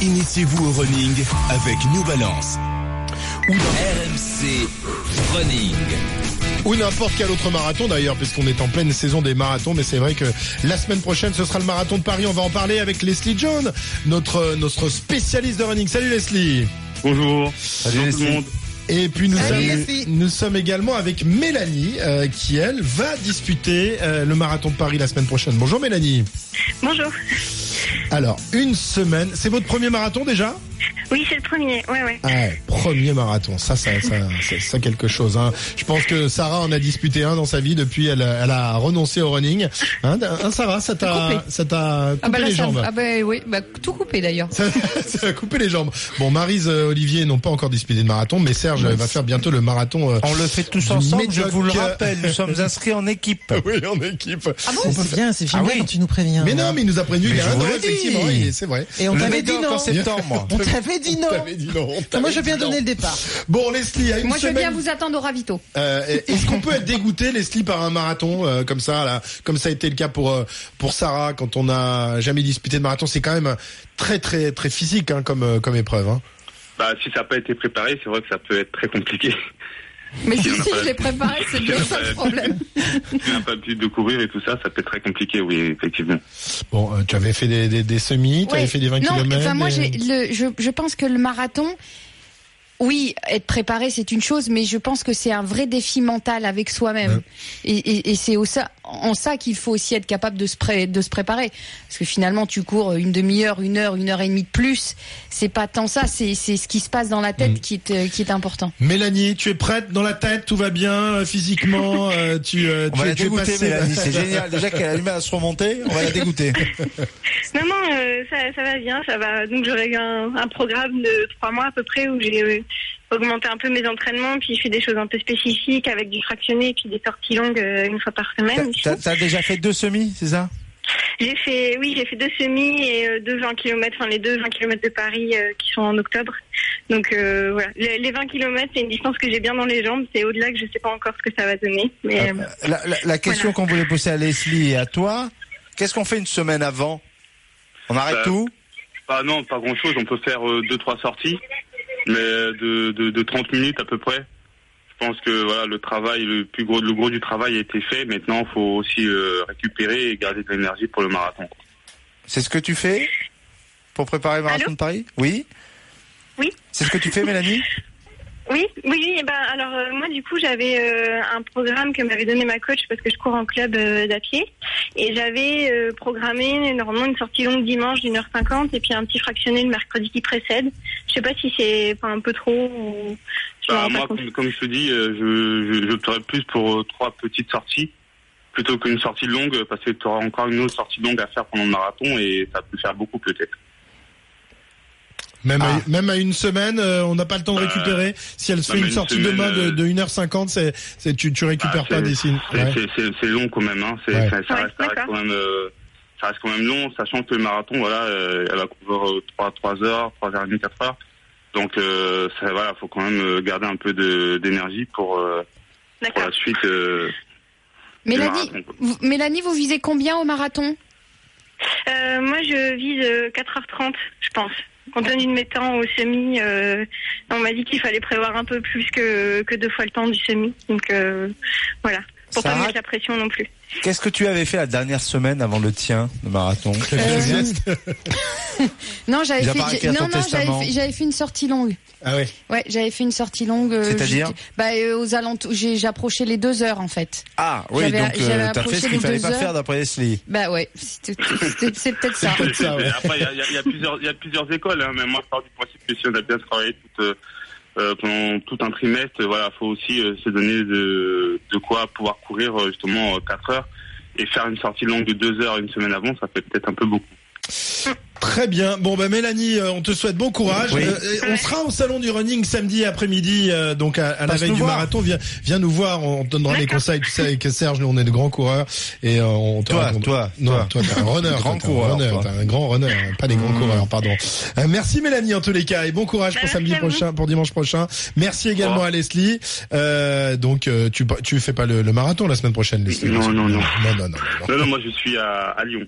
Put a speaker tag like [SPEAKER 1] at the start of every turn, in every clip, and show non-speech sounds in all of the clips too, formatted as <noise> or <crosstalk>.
[SPEAKER 1] Initiez-vous au running avec New Balance. Ou
[SPEAKER 2] RMC Running.
[SPEAKER 3] Ou n'importe quel autre marathon d'ailleurs, puisqu'on est en pleine saison des marathons, mais c'est vrai que la semaine prochaine, ce sera le marathon de Paris. On va en parler avec Leslie John, notre, notre spécialiste de running. Salut Leslie
[SPEAKER 4] Bonjour, salut tout le monde
[SPEAKER 3] et puis nous, sommes, nous sommes également avec Mélanie euh, qui, elle, va disputer euh, le marathon de Paris la semaine prochaine. Bonjour Mélanie.
[SPEAKER 5] Bonjour.
[SPEAKER 3] Alors, une semaine, c'est votre premier marathon déjà
[SPEAKER 5] oui, c'est le premier. Ouais, ouais.
[SPEAKER 3] Ah ouais, premier marathon, ça, ça, ça, c'est ça quelque chose. Hein. Je pense que Sarah en a disputé un dans sa vie depuis. Elle, elle a renoncé au running. Hein, hein Sarah, ça t'a, ça t'a coupé
[SPEAKER 6] ah bah là,
[SPEAKER 3] les
[SPEAKER 6] ça-
[SPEAKER 3] jambes.
[SPEAKER 6] Ah bah oui, bah, tout coupé d'ailleurs.
[SPEAKER 3] Ça, <laughs> ça a coupé les jambes. Bon, Marise, euh, Olivier n'ont pas encore disputé de marathon, mais Serge euh, va faire bientôt le marathon. euh, <laughs>
[SPEAKER 7] On le fait tous
[SPEAKER 3] Du
[SPEAKER 7] ensemble, je
[SPEAKER 3] Médoc.
[SPEAKER 7] vous le rappelle. Nous sommes inscrits en <laughs> équipe.
[SPEAKER 3] oui, en équipe.
[SPEAKER 8] On peut bien, c'est
[SPEAKER 7] Ah
[SPEAKER 8] filmé
[SPEAKER 7] oui.
[SPEAKER 8] quand tu nous préviens.
[SPEAKER 3] Mais non, mais il nous a prévenu il y a
[SPEAKER 7] Mais je
[SPEAKER 3] un an,
[SPEAKER 7] vous l'ai dit.
[SPEAKER 3] effectivement. oui, C'est vrai.
[SPEAKER 8] Et on
[SPEAKER 7] Le
[SPEAKER 8] t'avait dit
[SPEAKER 7] Médoc en
[SPEAKER 8] non.
[SPEAKER 7] septembre.
[SPEAKER 8] <laughs> On t'avait dit non.
[SPEAKER 3] <laughs>
[SPEAKER 8] Ah,
[SPEAKER 3] On t'avait dit non. on
[SPEAKER 8] Moi,
[SPEAKER 3] t'avait
[SPEAKER 8] je viens
[SPEAKER 3] dit non.
[SPEAKER 8] donner le départ.
[SPEAKER 3] Bon, Leslie, à une
[SPEAKER 6] Moi, je veux bien
[SPEAKER 3] semaine-
[SPEAKER 6] vous attendre
[SPEAKER 3] <laughs>
[SPEAKER 6] au ravito.
[SPEAKER 3] Euh, Est-ce qu'on peut être dégoûté, Leslie, par un marathon euh, comme ça, là, comme ça a été le cas pour euh, pour Sarah quand on n'a jamais disputé de marathon C'est quand même euh, très très très physique hein, comme euh, comme épreuve. Hein.
[SPEAKER 4] Bah, si ça n'a pas été préparé, c'est vrai que ça peut être très compliqué. <laughs>
[SPEAKER 6] Mais si,
[SPEAKER 4] on a
[SPEAKER 6] si,
[SPEAKER 4] pas-
[SPEAKER 6] je l'ai préparé, c'est bien ça le problème.
[SPEAKER 3] <laughs>
[SPEAKER 4] si on n'a pas l'habitude de courir et tout ça, ça peut être très compliqué, oui, effectivement.
[SPEAKER 3] Bon, euh, tu avais fait des, des, des semis, tu
[SPEAKER 6] Ouais.
[SPEAKER 3] avais fait des 20
[SPEAKER 6] non,
[SPEAKER 3] km.
[SPEAKER 6] enfin, moi,
[SPEAKER 3] des-
[SPEAKER 6] j'ai le, je, je pense que le marathon, oui, être préparé, c'est une chose, mais je pense que c'est un vrai défi mental avec soi-même. Et, et- et c'est au ça- en ça qu'il faut aussi être capable de se, pré- de se préparer. Parce que finalement, tu cours une demi-heure, une heure, une heure et demie de plus. C'est pas tant ça, c'est c'est ce qui se passe dans la tête
[SPEAKER 3] Mm.
[SPEAKER 6] qui, est, euh, qui est important.
[SPEAKER 3] Mélanie, tu es prête dans la tête, tout va bien euh,
[SPEAKER 6] <laughs>
[SPEAKER 3] physiquement, euh, tu, euh,
[SPEAKER 7] On
[SPEAKER 3] tu,
[SPEAKER 7] va la
[SPEAKER 3] tu es
[SPEAKER 7] dégoûter,
[SPEAKER 3] passée-
[SPEAKER 7] Mélanie. C'est génial. Déjà qu'elle a du mal à se remonter, on va la
[SPEAKER 6] <laughs>
[SPEAKER 7] dégoûter.
[SPEAKER 5] Non, non, euh, ça, ça va bien, ça va. Donc j'aurai un, un programme de trois mois à peu près où j'ai euh, augmenté un peu mes entraînements, puis je fais des choses un peu spécifiques avec du fractionné, puis des sorties longues euh, une fois par
[SPEAKER 6] Eh
[SPEAKER 7] T'as-
[SPEAKER 5] semaine.
[SPEAKER 7] t'as- T'as déjà fait deux semis, c'est ça
[SPEAKER 5] J'ai fait, oui, j'ai fait deux semis et euh, deux 20 km, enfin les deux 20 km de Paris euh, qui sont en octobre. Donc euh, voilà, les, les 20 km, c'est une distance que j'ai bien dans les jambes. C'est au-delà que je sais pas encore ce que ça va donner, mais.
[SPEAKER 7] Ah,
[SPEAKER 5] euh,
[SPEAKER 7] La, la- la question qu'on voulait poser à Leslie et à toi, qu'est-ce qu'on fait une semaine avant On arrête
[SPEAKER 4] Bah,
[SPEAKER 7] tout
[SPEAKER 4] Bah, non, pas grand chose. On peut faire euh, deux, trois sorties, mais de, de, de 30 minutes à peu près. Je pense que voilà, le travail, le plus gros, le gros du travail a été fait. Maintenant, il faut aussi euh, récupérer et garder de l'énergie pour le marathon.
[SPEAKER 7] C'est ce que tu fais pour préparer le marathon
[SPEAKER 5] Allô
[SPEAKER 7] de Paris Oui
[SPEAKER 5] Oui.
[SPEAKER 7] C'est ce que tu
[SPEAKER 6] <laughs>
[SPEAKER 7] fais, Mélanie
[SPEAKER 5] Oui, oui, oui. eh ben, alors euh, moi, du coup, j'avais euh, un programme que m'avait donné ma coach parce que je cours en club euh, d'à pied. Et j'avais euh, programmé normalement une sortie longue dimanche d'une heure cinquante et puis un petit fractionné le mercredi qui précède. Je sais pas si c'est pas un peu trop ou... je m'en
[SPEAKER 4] Bah,
[SPEAKER 5] rends pas
[SPEAKER 4] moi,
[SPEAKER 5] compte.
[SPEAKER 4] comme, comme je te dis, euh, je, je, j'opterais plus pour euh, trois petites sorties plutôt qu'une sortie longue euh, parce que tu auras encore une autre sortie longue à faire pendant le marathon et ça peut faire beaucoup peut-être.
[SPEAKER 3] <laughs> Même,
[SPEAKER 7] Ah. Bah,
[SPEAKER 3] à, même à une semaine, euh, on n'a pas le temps de
[SPEAKER 4] Euh,
[SPEAKER 3] récupérer. Si elle se
[SPEAKER 4] non,
[SPEAKER 3] fait
[SPEAKER 4] mais
[SPEAKER 3] une
[SPEAKER 4] une
[SPEAKER 3] sortie
[SPEAKER 4] semaine,
[SPEAKER 3] demain de,
[SPEAKER 4] euh,
[SPEAKER 3] de 1h50, c'est, c'est, tu, tu récupères
[SPEAKER 4] Ah,
[SPEAKER 3] pas
[SPEAKER 4] c'est-
[SPEAKER 3] des signes.
[SPEAKER 4] C'est,
[SPEAKER 3] Ouais.
[SPEAKER 4] c'est, c'est- c'est long quand même, hein. C'est,
[SPEAKER 3] Ouais.
[SPEAKER 4] ça, ça
[SPEAKER 5] Ouais,
[SPEAKER 4] reste, ça reste
[SPEAKER 5] d'accord.
[SPEAKER 4] quand même, euh, ça reste quand même long, sachant que le marathon, voilà, euh, elle va couvrir euh, trois, trois heures, trois heures et demie, quatre heures. Donc, euh, ça, voilà, faut quand même euh, garder un peu de, d'énergie pour, euh, pour la
[SPEAKER 5] D'accord.
[SPEAKER 4] suite. euh,
[SPEAKER 6] Mélanie,
[SPEAKER 4] marathon, quoi.
[SPEAKER 6] vous, Mélanie, vous visez combien au marathon
[SPEAKER 5] Euh, moi, je vise euh, 4h30, je pense. Compte tenu de mes temps au semi, euh, on m'a dit qu'il fallait prévoir un peu plus que, que deux fois le temps du semi. Donc euh, voilà, pour pas
[SPEAKER 7] Sarah
[SPEAKER 5] me mettre la pression non plus.
[SPEAKER 7] Qu'est-ce que tu avais fait la dernière semaine avant le tien, le marathon
[SPEAKER 3] Le geste.
[SPEAKER 6] Non, j'avais
[SPEAKER 7] Il a
[SPEAKER 6] fait,
[SPEAKER 7] pas arrêté à
[SPEAKER 6] non,
[SPEAKER 7] ton
[SPEAKER 6] non, j'avais
[SPEAKER 7] testament.
[SPEAKER 6] fait, j'avais fait une sortie longue.
[SPEAKER 3] Ah ouais.
[SPEAKER 6] Ouais, j'avais fait une sortie longue. euh,
[SPEAKER 7] C'est-à-dire
[SPEAKER 6] juste- bah, euh, aux alentours, j'ai- j'approchais les deux heures en fait.
[SPEAKER 7] Ah oui,
[SPEAKER 6] J'avais-
[SPEAKER 7] donc euh,
[SPEAKER 6] j'avais
[SPEAKER 7] t'as fait ce
[SPEAKER 6] approché
[SPEAKER 7] qu'il
[SPEAKER 6] les
[SPEAKER 7] fallait
[SPEAKER 6] deux
[SPEAKER 7] pas
[SPEAKER 6] heures.
[SPEAKER 7] faire d'après Leslie.
[SPEAKER 6] Bah ouais, c'était- c'était- c'est
[SPEAKER 4] <laughs>
[SPEAKER 6] peut-être ça.
[SPEAKER 3] peut-être ça, ouais.
[SPEAKER 4] Après, il y a- il y, a- il y a plusieurs- il y a plusieurs écoles, hein, mais moi, je pars du principe que si on a bien travaillé tout, euh, euh, pendant tout un trimestre, euh, voilà, faut aussi euh, se donner de, de quoi pouvoir courir euh, justement 4 heures et faire une sortie longue de 2 heures une semaine avant, ça fait peut-être un peu beaucoup.
[SPEAKER 3] Très bien. Bon ben Mélanie, euh, on te souhaite bon courage.
[SPEAKER 7] Oui.
[SPEAKER 3] Euh, et on sera au salon du running samedi après-midi, euh, donc à, à la
[SPEAKER 7] Passe
[SPEAKER 3] veille
[SPEAKER 7] nous
[SPEAKER 3] du
[SPEAKER 7] voir.
[SPEAKER 3] marathon. Viens, viens nous voir. On te donnera des
[SPEAKER 5] D'accord.
[SPEAKER 3] conseils. Tu sais avec Serge, nous on est de grands coureurs et euh, on te
[SPEAKER 7] Toi,
[SPEAKER 3] raconte-
[SPEAKER 7] toi,
[SPEAKER 3] non,
[SPEAKER 7] toi.
[SPEAKER 3] toi t'es un runner, toi,
[SPEAKER 7] Grand
[SPEAKER 3] t'es un
[SPEAKER 7] coureur,
[SPEAKER 3] runner,
[SPEAKER 7] toi. Hmm.
[SPEAKER 3] t'es un grand runner, hein, pas des grands coureurs, pardon. Euh, merci Mélanie en tous les cas et bon courage pour
[SPEAKER 5] Merci
[SPEAKER 3] samedi
[SPEAKER 5] à vous.
[SPEAKER 3] prochain, pour dimanche prochain. Merci également
[SPEAKER 4] revoir.
[SPEAKER 3] à Leslie. Euh, donc euh, tu tu fais pas le, le marathon la semaine prochaine, Leslie
[SPEAKER 4] Non,
[SPEAKER 3] non,
[SPEAKER 4] non, non.
[SPEAKER 3] non, non, non.
[SPEAKER 4] Non, non, moi, je suis à, à Lyon.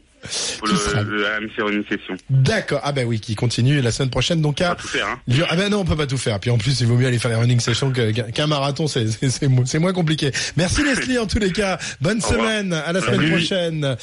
[SPEAKER 4] pour le, le AMC Running Session.
[SPEAKER 3] D'accord. Ah ben oui, qui continue la semaine prochaine. Donc à
[SPEAKER 4] Pas tout faire, hein.
[SPEAKER 3] Lyon- Ah ben non, on peut pas tout faire. Puis en plus, il vaut mieux aller faire les running sessions que- qu'un qu'un marathon, c'est-
[SPEAKER 4] <laughs>
[SPEAKER 3] c'est c'est mo- c'est moins compliqué. Merci Leslie en tous les cas. Bonne
[SPEAKER 4] Au revoir.
[SPEAKER 3] semaine, à la semaine
[SPEAKER 4] Salut.
[SPEAKER 3] prochaine.